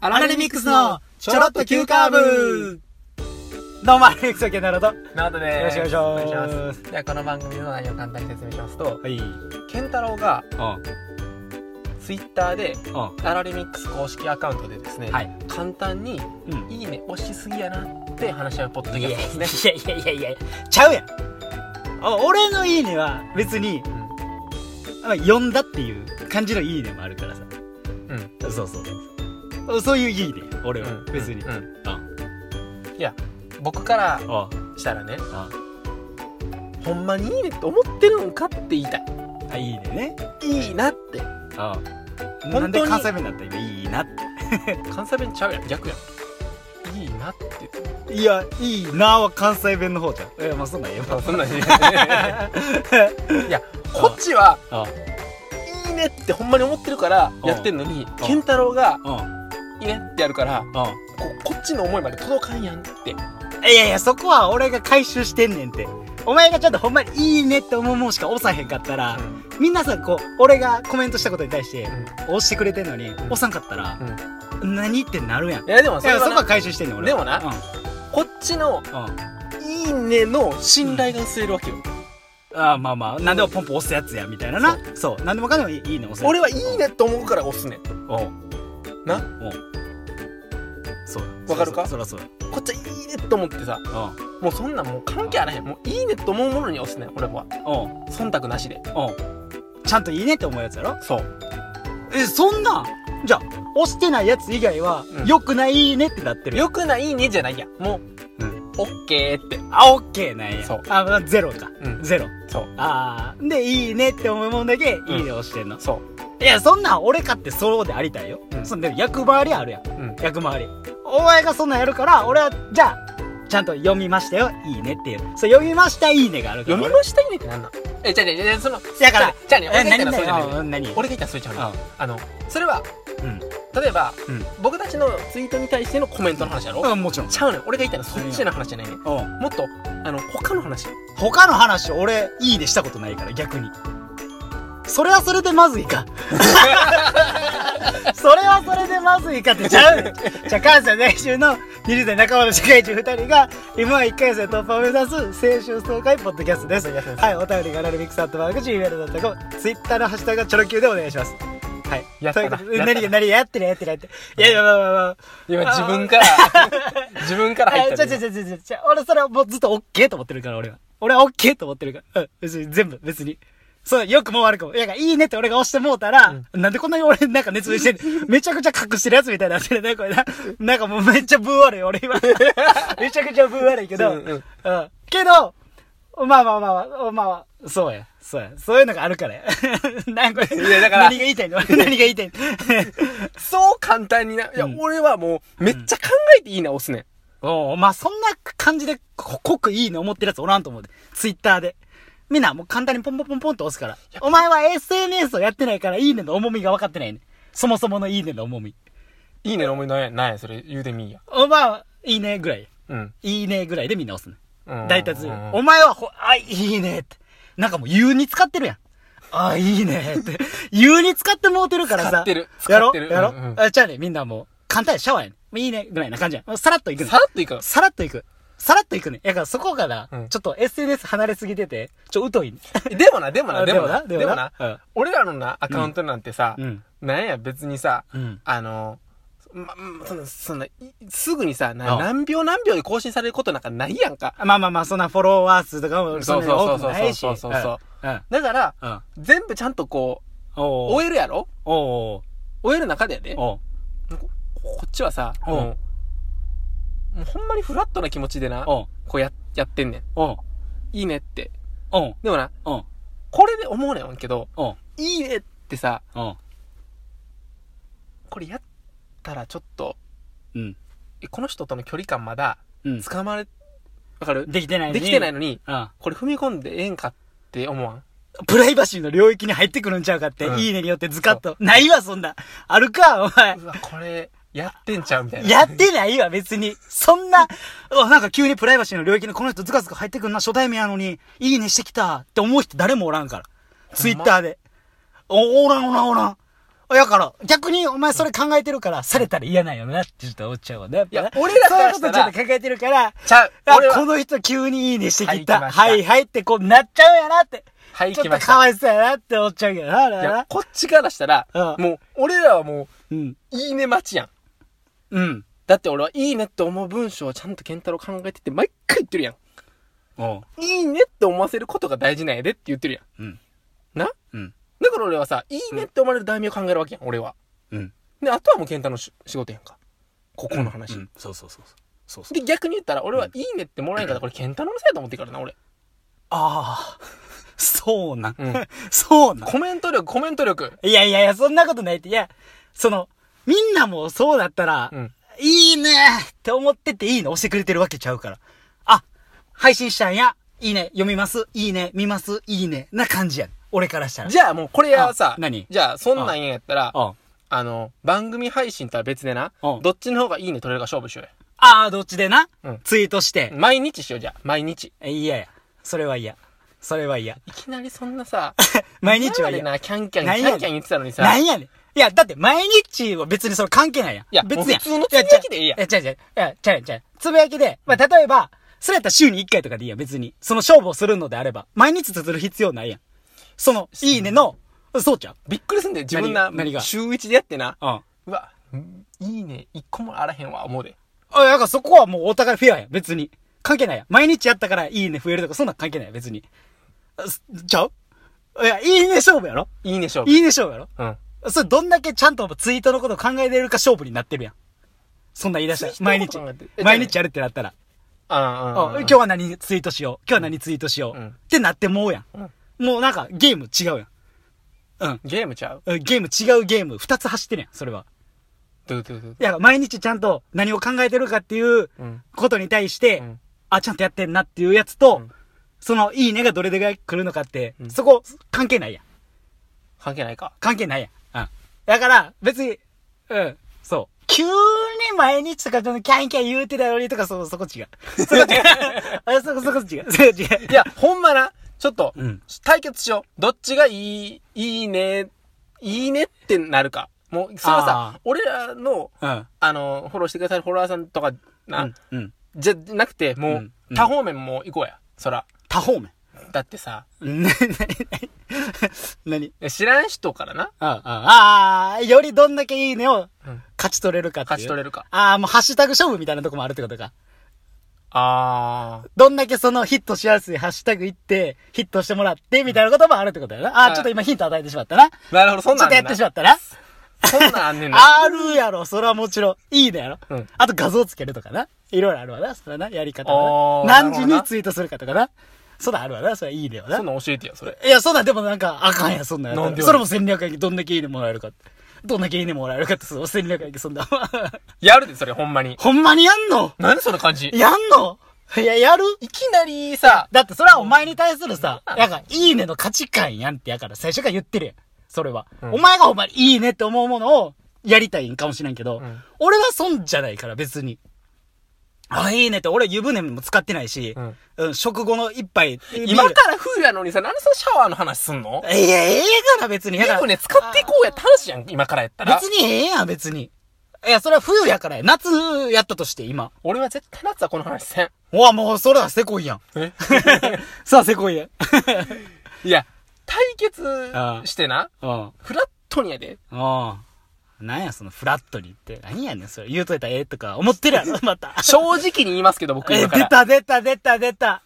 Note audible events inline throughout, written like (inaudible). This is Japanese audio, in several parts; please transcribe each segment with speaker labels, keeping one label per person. Speaker 1: アラレミックスのちょろっと急カーブどうも、アレミックスのケンナロと。よ
Speaker 2: など
Speaker 1: ろ
Speaker 2: で
Speaker 1: し
Speaker 2: す。。
Speaker 1: くお願いします
Speaker 2: ではこの番組の内容を簡単に説明しますと
Speaker 1: す。、はい。
Speaker 2: ケンタロウが
Speaker 1: あ
Speaker 2: ツイッターで
Speaker 1: あ
Speaker 2: アラリミックス公式アカウントでですね、
Speaker 1: はい。
Speaker 2: 簡単に
Speaker 1: うん
Speaker 2: いいね押しすぎやなって話し合うポッドキ
Speaker 1: いや
Speaker 2: ャ
Speaker 1: い
Speaker 2: スト
Speaker 1: や
Speaker 2: で
Speaker 1: い
Speaker 2: すね。
Speaker 1: やいやいやちゃうやん。あ俺のいいねは別に、あ呼んだっていう感じのいいねもあるからさ。
Speaker 2: うん。
Speaker 1: そうそうそうそう。そういういいね、俺は。別に。
Speaker 2: うんうん
Speaker 1: あ
Speaker 2: いや、僕から
Speaker 1: あ
Speaker 2: したらね、
Speaker 1: あ
Speaker 2: ほんまにいいねって思ってるのかって言いたい。
Speaker 1: あ、いいねね。
Speaker 2: いいなって。
Speaker 1: ああ。
Speaker 2: 当に
Speaker 1: なんで関西弁だった今、いいなって。
Speaker 2: 関西弁ちゃうやん、逆やん。いいなって言って。
Speaker 1: いや、いいなは関西弁の方じゃん。いや、まあそんなんええわ
Speaker 2: そんなんいや、 (laughs) こっちは、
Speaker 1: あ
Speaker 2: いいねってほんまに思ってるからやってんのに、ケンタロウが
Speaker 1: あ。 (laughs) うん。
Speaker 2: いいねってやるから、
Speaker 1: うん。
Speaker 2: ここっちの思いまで届かんやんって。
Speaker 1: いやいや、そこは俺が回収してんねんて。お前がちゃんとほんまにいいねって思うもんしか押さへんかったら、みんなさ、こう、俺がコメントしたことに対して、押してくれてんのに、押さんかったら、何ってなるやん。い
Speaker 2: いや、でもそれ
Speaker 1: や、
Speaker 2: は
Speaker 1: そこは
Speaker 2: な
Speaker 1: 回収してんねん、俺は。
Speaker 2: でもなこっちの
Speaker 1: うん。うん。
Speaker 2: いいねの信頼が薄れるわけよ。
Speaker 1: ああ、まあまあ、なんでもポンポン押すやつや、みたいなな。そう。なんでもかんでもいいね、押すやつ。
Speaker 2: 俺はいいねと思うから押すねん。
Speaker 1: おう
Speaker 2: な
Speaker 1: おうそう
Speaker 2: わかるか
Speaker 1: そらそら
Speaker 2: こっちはいいねと思ってさ、
Speaker 1: そらうん
Speaker 2: もうそんなんもう関係あらへん。もういいねと思うものに押すねん、俺は。
Speaker 1: おう
Speaker 2: 忖度なしで。
Speaker 1: おうちゃんといいねって思うやつやろ
Speaker 2: そう。
Speaker 1: えそんなんじゃあ押してないやつ以外は、
Speaker 2: うん
Speaker 1: よくないねってなってる
Speaker 2: よくないねじゃないやん。もう、
Speaker 1: うん
Speaker 2: オッケーって。
Speaker 1: あオッケーなんや
Speaker 2: そう
Speaker 1: あまあゼロか、
Speaker 2: うん
Speaker 1: ゼロ
Speaker 2: そう。
Speaker 1: ああでいいねって思うもんだけ、
Speaker 2: ん
Speaker 1: いいね押してんの
Speaker 2: そう。
Speaker 1: いやそんなん俺かってそうでありたいよ、
Speaker 2: うん
Speaker 1: そんで役回りあるやん
Speaker 2: うん。
Speaker 1: 役回りお前がそんなんやるから俺はじゃあちゃんと読みましたよいいねっていうそう読みましたいいねがあるから
Speaker 2: 読みましたいねってなんなんえ、じゃあね、じゃあねその、
Speaker 1: だから
Speaker 2: じゃあね、俺が言いたい
Speaker 1: 何
Speaker 2: のはそれじゃない。
Speaker 1: 何何
Speaker 2: 俺が言ったらそれちゃうねん
Speaker 1: あ
Speaker 2: あのそれは、
Speaker 1: うん
Speaker 2: 例えば、
Speaker 1: うん
Speaker 2: 僕たちのツイートに対してのコメントの話やろ、
Speaker 1: あもちろん
Speaker 2: ちゃうねん俺が言ったのはそっちの話じゃないねん
Speaker 1: うん
Speaker 2: もっとあの他の話
Speaker 1: 他の話俺いいねしたことないから逆にそれはそれでまずい
Speaker 2: (laughs)
Speaker 1: かそれはそれでまずいかってちゃうねんじゃあ関西在住の20代仲間の社会人2人が m 1 1回戦突破を目指す青春爽快ポッドキャストですはいお便りがラルミックスアットマーク Gmail.com ツイッターのハッシュタグはチョロ Q でお願いしますはい
Speaker 2: やったな
Speaker 1: ということで何が何がやってるやってるやってるいやいやまあまあまあ
Speaker 2: 今
Speaker 1: 自分
Speaker 2: (laughs) から自分から
Speaker 1: あちゃちゃちゃ
Speaker 2: (laughs)
Speaker 1: ちゃちゃちゃ、俺それはもうずっとオッケーと思ってるから、俺は。俺はオッケーと思ってるから。うん、別に全部、別に。そう、よくも悪くも。いや、いいねって俺が押してもうたら、なんでこんなに俺なんか熱弁してるめちゃくちゃ隠してるやつみたいになってるね、これな。なんかもうめっちゃ分悪い、俺今。
Speaker 2: (laughs)
Speaker 1: めちゃくちゃ分悪いけど。
Speaker 2: う
Speaker 1: うんん、
Speaker 2: うん
Speaker 1: けど、まあまあまあまあ、まあまあ、そうや。そうや。そういうのがあるからや。 (laughs) なんか、
Speaker 2: いやだから
Speaker 1: 何が言いたいの何が言いたいの
Speaker 2: そう簡単にないや、
Speaker 1: うん
Speaker 2: 俺はもうめっちゃ考えていいな押すねん
Speaker 1: おうまあそんな感じでこ濃くいいね思ってるやつおらんと思うで。ツイッターで。みんなもう簡単にポンポンポンポンと押すから。お前は SNS をやってないからいいねの重みが分かってないね。そもそものいいねの重み。
Speaker 2: いいねの思いないないそれ言うてみいや
Speaker 1: お前はいいねぐらい。
Speaker 2: うん
Speaker 1: いいねぐらいでみんな押すね。
Speaker 2: うん
Speaker 1: 大体ず
Speaker 2: う
Speaker 1: る
Speaker 2: ん。
Speaker 1: お前はほ、あ、いいねって。なんかもう言うに使ってるやん。あ、いいねって。言うに使ってもうてるからさ。
Speaker 2: 使ってる
Speaker 1: や
Speaker 2: 使っ
Speaker 1: ろ
Speaker 2: てる
Speaker 1: やろ、
Speaker 2: うんうん
Speaker 1: あじゃあね、みんなもう、簡単や、シャワーやねもういいねぐらいな感じやん。さらっといくね。
Speaker 2: さらっといくの
Speaker 1: さらっといく。さらっといくね。やからそこから
Speaker 2: うん、
Speaker 1: ちょっと SNS 離れすぎてて、ちょ、疎い、ね。
Speaker 2: (laughs) でもなでもな
Speaker 1: あ
Speaker 2: でもな
Speaker 1: でもなで
Speaker 2: でも
Speaker 1: もな
Speaker 2: な
Speaker 1: うん
Speaker 2: 俺らのなアカウントなんてさ、
Speaker 1: うん
Speaker 2: なんや別にさ、
Speaker 1: うん
Speaker 2: あの、ま、まその、その、いすぐにさ、
Speaker 1: あ
Speaker 2: な
Speaker 1: あ
Speaker 2: 何秒何秒で更新されることなんかないやんか。
Speaker 1: まあまあまあ、そんなフォロワー数とかも、そんなに多くもないし。
Speaker 2: そうそうそうそう
Speaker 1: うん。うん。
Speaker 2: だから、
Speaker 1: うん。
Speaker 2: 全部ちゃんとこう、
Speaker 1: おー
Speaker 2: 終えるやろ
Speaker 1: おー
Speaker 2: 終える中でやで。こ
Speaker 1: おー
Speaker 2: こっちはさ、
Speaker 1: おう
Speaker 2: もう、もうほんまにフラットな気持ちでな、
Speaker 1: おー
Speaker 2: こうや、やってんねん。
Speaker 1: おー
Speaker 2: いいねって。
Speaker 1: おー
Speaker 2: でもな、
Speaker 1: おー
Speaker 2: これで思うねんけど、
Speaker 1: おー
Speaker 2: いいねってさ、
Speaker 1: おー
Speaker 2: これやったらちょっと、
Speaker 1: うん。
Speaker 2: えこの人との距離感まだ、
Speaker 1: うん。
Speaker 2: 掴まれ、わかる
Speaker 1: できてないのに
Speaker 2: できてないのに、
Speaker 1: うん。
Speaker 2: これ踏み込んでええんかって思わん
Speaker 1: プライバシーの領域に入ってくるんちゃうかって、
Speaker 2: うん
Speaker 1: いいねによってズカッと。ないわ、そんな。あるか、お前
Speaker 2: う。わ、これ、やってんちゃうみたいな。
Speaker 1: やってないわ、別に。そんな、うわなんか急にプライバシーの領域にこの人ズカズカ入ってくんな、初対面やのに、いいねしてきたって思う人誰もおらんから。ツイッターで。お、おらんおらんおらん。やから、逆にお前それ考えてるから、されたら嫌なんやろなってちょっと思っちゃうもんね。やっぱね
Speaker 2: いや俺らか
Speaker 1: そういう
Speaker 2: ら
Speaker 1: こ
Speaker 2: した
Speaker 1: と
Speaker 2: ら
Speaker 1: ちょっと考えてるから、
Speaker 2: ちゃう
Speaker 1: あ
Speaker 2: 俺は
Speaker 1: この人急にいいねしてき
Speaker 2: は
Speaker 1: た。
Speaker 2: い来ました
Speaker 1: はいはいってこうなっちゃうんやなって。
Speaker 2: はい
Speaker 1: ちょ
Speaker 2: 来
Speaker 1: っ
Speaker 2: ま
Speaker 1: と
Speaker 2: した
Speaker 1: かわいそうやなって思っちゃうけどな、あれ
Speaker 2: い
Speaker 1: は
Speaker 2: や
Speaker 1: な。
Speaker 2: こっちからしたら、
Speaker 1: うん
Speaker 2: もう俺らはも
Speaker 1: うん。
Speaker 2: ういいね待ちやん
Speaker 1: うん。
Speaker 2: だって俺はいいねって思う文章をちゃんと健太郎考えてて毎回言ってるやん
Speaker 1: おう。
Speaker 2: いいねって思わせることが大事なんやでって言ってるや
Speaker 1: うん。
Speaker 2: んな
Speaker 1: うん。
Speaker 2: だから俺はさいいねって思われる題名を考えるわけやん俺は
Speaker 1: うん。
Speaker 2: であとはもう健太の仕仕事やんかここの話、
Speaker 1: うんそうそうそうそう。そうそう。
Speaker 2: で逆に言ったら俺はいいねってもらえんかったらこれ健太郎のせいやと思ってるからな俺
Speaker 1: ああ。そうなん
Speaker 2: うん。
Speaker 1: (laughs) そうなん。
Speaker 2: コメント力コメント力
Speaker 1: いやいやいや、そんなことないって。いや、その、みんなもそうだったら、
Speaker 2: うん
Speaker 1: いいねって思ってていいの押してくれてるわけちゃうから。あ、配信したんや。いいね、読みます。いいね、見ます。いいね。な感じやん。俺からしたら。
Speaker 2: じゃあもうこれはさ
Speaker 1: あ何
Speaker 2: じゃあそんなんやったらあ
Speaker 1: あ
Speaker 2: の番組配信とは別でな
Speaker 1: うん
Speaker 2: どっちの方がいいね取れるか勝負しようよ
Speaker 1: あー、どっちでな、
Speaker 2: うん
Speaker 1: ツイートして。
Speaker 2: 毎日しようじゃあ毎日
Speaker 1: えいやいや。それは嫌。それは嫌。
Speaker 2: いきなりそんなさ
Speaker 1: 毎日は嫌。
Speaker 2: 今までなキャンキャン
Speaker 1: なん
Speaker 2: キ
Speaker 1: やねん
Speaker 2: ャンキャン言ってたのにさ
Speaker 1: なんやねん。いや、だって毎日は別にそれ関係ないやん。
Speaker 2: いや
Speaker 1: 別
Speaker 2: もう
Speaker 1: やん。
Speaker 2: 普通のつぶやきでいいやん
Speaker 1: いや、違う違う。いや、違う違う。つぶやきで、まあ、例えば、それやったら週に1回とかでいいやん、別に。その勝負をするのであれば、毎日つづる必要ないやん。その、いいねの、そうちゃう
Speaker 2: びっくりすんで自分な
Speaker 1: 何が何が
Speaker 2: 週一でやってな
Speaker 1: うん。
Speaker 2: うわんいいね一個もあらへんわ思うで
Speaker 1: あ、だからそこはもうお互いフェアやん、別に。関係ないやん。毎日やったからいいね増えるとか、そんなん関係ないやん、別に。あすちゃういや、いいね勝負やろ
Speaker 2: いいね勝負
Speaker 1: いいね勝負やろ
Speaker 2: うん
Speaker 1: それどんだけちゃんとツイートのことを考えれるか勝負になってるやん。そんなん言い出したら
Speaker 2: ツイ
Speaker 1: 毎
Speaker 2: ー
Speaker 1: 日
Speaker 2: トのこと考えてるえ。
Speaker 1: 毎日やるってなったら。
Speaker 2: あ
Speaker 1: あ今日は何ツイートしよう。今日は何ツイートしよう。
Speaker 2: うん
Speaker 1: ってなってもうやん,、
Speaker 2: うん
Speaker 1: もうなんかゲーム違うやん。
Speaker 2: ゲームちゃう
Speaker 1: うん。ゲーム違うゲーム二つ走ってるやん、それは。
Speaker 2: どうどうどう
Speaker 1: いや、毎日ちゃんと何を考えてるかっていう
Speaker 2: うん
Speaker 1: ことに対して、
Speaker 2: ん
Speaker 1: あ、ちゃんとやってんなっていうやつと、
Speaker 2: うん
Speaker 1: そのいいねがどれで来るのかって、
Speaker 2: うん
Speaker 1: そこ関係ないやん。
Speaker 2: 関係ないか
Speaker 1: 関係ないやん。うん。だから、別に、うん、そう。急に毎日とか、そのキャンキャン言うてたよりとか、そ、そこ違う。そこ違う。あそこ、そこ違う。そこ (laughs) 違う。
Speaker 2: いや、ほんまな、ちょっと、
Speaker 1: うん
Speaker 2: 対決しよう。どっちがいい、いいね、いいねってなるか。もう、それは
Speaker 1: あー
Speaker 2: さ、俺らの、
Speaker 1: うん。
Speaker 2: あの、フォローしてくださるフォロワーさんとか、な、
Speaker 1: うん。うん。
Speaker 2: じゃなくて、もう、
Speaker 1: うんうん
Speaker 2: 他方面も行こうや。そら。
Speaker 1: 多方面。
Speaker 2: だってさ、
Speaker 1: な、な、な、に
Speaker 2: 知らん人からな、
Speaker 1: ああ、ああ、よりどんだけいいねを
Speaker 2: うん
Speaker 1: 勝ち取れるかっていう。
Speaker 2: 勝ち取れるか。
Speaker 1: ああ、もうハッシュタグ勝負みたいなとこもあるってことか。
Speaker 2: あ
Speaker 1: どんだけそのヒットしやすいハッシュタグいって、ヒットしてもらって、みたいなこともあるってことやな。ああ、
Speaker 2: はい
Speaker 1: ちょっと今ヒント与えてしまったな。ち
Speaker 2: ー。なるほど、そ
Speaker 1: ょ
Speaker 2: ん
Speaker 1: っ
Speaker 2: なん
Speaker 1: とや
Speaker 2: あん
Speaker 1: っ
Speaker 2: ねんな
Speaker 1: てしまったな。
Speaker 2: そんなんあんねんな。
Speaker 1: あるやろ、それはもちろん。いいねやろ。
Speaker 2: うん
Speaker 1: あと画像つけるとかな。いろいろあるわな、それはな、やり方は
Speaker 2: おー
Speaker 1: な。何時
Speaker 2: なるほど
Speaker 1: に
Speaker 2: な
Speaker 1: ツイートするかとかな。そらあるわな、それはいいねよな。
Speaker 2: そんなん教えてよ、それ。
Speaker 1: いや、そんなんでもなんか、あかんやん、そんなんやったら
Speaker 2: なんでよ
Speaker 1: それも戦略やけど、どんだけいいねもらえるかって。どんだけいいねもらえるかって、その戦略やけど、そんな。
Speaker 2: やるで、それ、ほんまに。
Speaker 1: (laughs) ほんまにやんの
Speaker 2: 何その感じい
Speaker 1: やんのいや、やる
Speaker 2: きなりさ、
Speaker 1: だってそれはお前に対するさ、なんか、いいねの価値観やんってやから、最初から言ってるやん。それは。
Speaker 2: ん
Speaker 1: お前がほんまにいいねって思うものを、やりたいんかもしれんけど、
Speaker 2: ん
Speaker 1: 俺は損じゃないから、別に。あ、いいねって、俺湯船も使ってないし、
Speaker 2: うん
Speaker 1: うん、食後の一杯。
Speaker 2: 今から冬やのにさ、何でそのシャワーの話すんの
Speaker 1: らいや、ええから別に。だ
Speaker 2: 結
Speaker 1: から
Speaker 2: 構ね、使っていこうや、楽しいやん、今からやったら
Speaker 1: 別。にええやん、別に。いや、それは冬やからや。夏やったとして、今。
Speaker 2: 俺は絶対夏はこの話せん。
Speaker 1: うわ、もう、それはせこいや
Speaker 2: (laughs)
Speaker 1: ん。
Speaker 2: え
Speaker 1: さあ、せこいやん。 (laughs)
Speaker 2: いや、対決
Speaker 1: ああ
Speaker 2: してな、
Speaker 1: うん。
Speaker 2: フラットにやで。
Speaker 1: うん。なんや、その、フラットにって。何やねん、それ。言うといたらええとか、思ってるや
Speaker 2: (laughs)
Speaker 1: ろ、また。
Speaker 2: 正直に言いますけど、僕
Speaker 1: え、
Speaker 2: 今か
Speaker 1: 出
Speaker 2: ら。
Speaker 1: た、出た、出た、出た。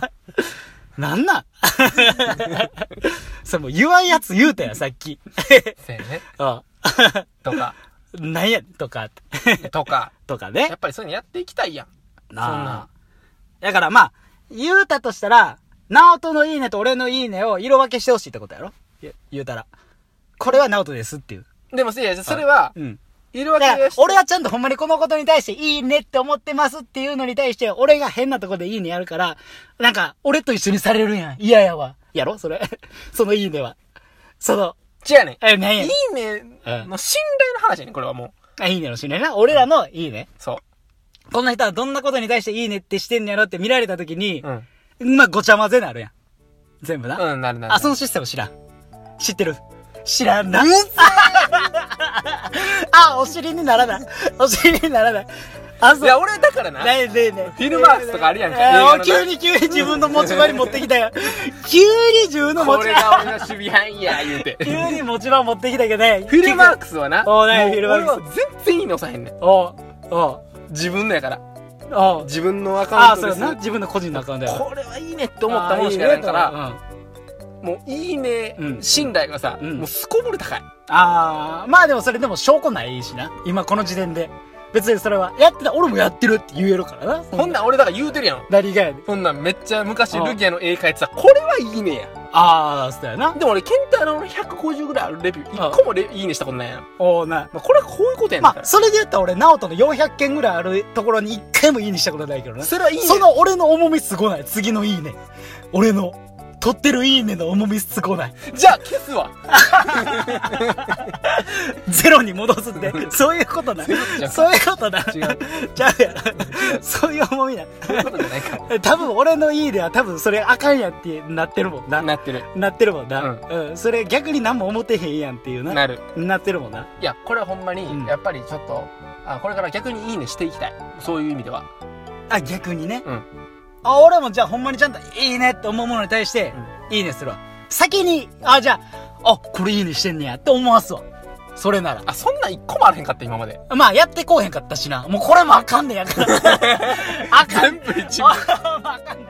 Speaker 1: (laughs) なんなん (laughs) それもう言わんやつ言うたやん、さっき。 (laughs)
Speaker 2: せやね。
Speaker 1: うん。(laughs)
Speaker 2: とか、
Speaker 1: なんや、とか、 (laughs)
Speaker 2: とか。
Speaker 1: とかね
Speaker 2: やっ。ぱりそういうのやっていきたいやん。そん
Speaker 1: なあ
Speaker 2: な。
Speaker 1: だからまあ、言うたとしたら、ナオトのいいねと俺のいいねを色分けしてほしいってことやろ言言うたら。これはナオトですっていう。
Speaker 2: でも、いやいやそれは、
Speaker 1: うん。
Speaker 2: いるわ
Speaker 1: だ
Speaker 2: け
Speaker 1: から
Speaker 2: よ、し。
Speaker 1: 俺はちゃんとほんまにこのことに対していいねって思ってますっていうのに対して、俺が変なとこでいいねやるから、なんか、俺と一緒にされるやん。嫌やわ。やろそれ。 (laughs) そのいいねは。その、
Speaker 2: じゃあね、
Speaker 1: え、何や
Speaker 2: いいねの信頼の話やね、これはもう。
Speaker 1: あいいねのしねな。俺らのいいね。
Speaker 2: そ
Speaker 1: こんな人はどんなことに対していいねってしてんのやろって見られた時に
Speaker 2: う。う、ん。
Speaker 1: まあ、ごちゃ混ぜなるやん。全部な。
Speaker 2: うん、なるなる。
Speaker 1: あ、そのシステム知らん。知ってる知らんな。あ、お尻にならない。お尻にならない。あ、
Speaker 2: い
Speaker 1: そう。
Speaker 2: や、俺だからな。
Speaker 1: ねえねえねえ
Speaker 2: フィルマークスとかあるやんか映画の
Speaker 1: あ
Speaker 2: な
Speaker 1: 急に急に自分の持ち場に持ってきた
Speaker 2: (laughs)
Speaker 1: よ。急に自分の持
Speaker 2: こ
Speaker 1: ち
Speaker 2: れが
Speaker 1: 場。
Speaker 2: 俺の守備範囲や、言う
Speaker 1: (laughs)
Speaker 2: て。
Speaker 1: 急に持ち場持ってきたけどね。
Speaker 2: フィルマークスはな、
Speaker 1: おうね
Speaker 2: もう
Speaker 1: フィルマー
Speaker 2: 俺は全然いいのさへんねん。
Speaker 1: おうおう
Speaker 2: 自分のやから。
Speaker 1: おう
Speaker 2: 自分のアカ
Speaker 1: あ
Speaker 2: ウント
Speaker 1: そう
Speaker 2: で
Speaker 1: や
Speaker 2: す
Speaker 1: な。自分の個人のアカウントや
Speaker 2: これはいいねって思ったものしかないから、
Speaker 1: あ
Speaker 2: もういいね
Speaker 1: う、ん
Speaker 2: 信頼がさ、
Speaker 1: うん
Speaker 2: もうすこぶる高い。
Speaker 1: あーまあでもそれでも証拠ないしな今この時点で別にそれはやってた俺もやってるって言えるからな
Speaker 2: ほんなん俺だから言うてるやん。
Speaker 1: 何がやで
Speaker 2: ほんなんめっちゃ昔
Speaker 1: うん
Speaker 2: ルギアの絵描いてさ、これはいいねや。
Speaker 1: ああそうやな
Speaker 2: でも俺、ケンタロウの150ぐらいあるレビュー、
Speaker 1: ん
Speaker 2: 1個もレいいねしたことないやん。
Speaker 1: おうな
Speaker 2: まあ、これはこういうことやねん
Speaker 1: ま
Speaker 2: か
Speaker 1: あ
Speaker 2: ら。
Speaker 1: それで言ったら俺直人の400件ぐらいあるところに一回もいいにしたことないけどな
Speaker 2: それはいいね。
Speaker 1: その俺の重みすごない次のいいね俺の取ってるいいねの重みすごない
Speaker 2: じゃあ消すわ。
Speaker 1: ゼロに戻す
Speaker 2: (laughs)
Speaker 1: ってそういうことな
Speaker 2: 違う
Speaker 1: そういうことな
Speaker 2: 違う。
Speaker 1: ちゃうやろそういう重みな
Speaker 2: そういうことじゃないか
Speaker 1: 多分俺のいいでは多分それあかんやってなってるもんな
Speaker 2: ら。なってる。
Speaker 1: なってるもんな、うんそれ逆に何も思ってへんやんっていうなな
Speaker 2: なる。
Speaker 1: ってるもんない
Speaker 2: や、これはほんまに、
Speaker 1: うん
Speaker 2: やっぱりちょっと、あ、これから逆にいいねしていきたい。そういう意味では。
Speaker 1: あ逆にね、
Speaker 2: うん
Speaker 1: あ俺もじゃあほんまにちゃんと「いいね」って思うものに対して「いいね」するわ先にあじゃああこれいいねしてんねやって思わすわそれなら
Speaker 2: あ、そんなん一個もあらへんかった、今まで。
Speaker 1: まあやって (laughs)
Speaker 2: (laughs)
Speaker 1: こうへんかったしなもうこれもあかんねやからあかん
Speaker 2: 部一
Speaker 1: ああかんね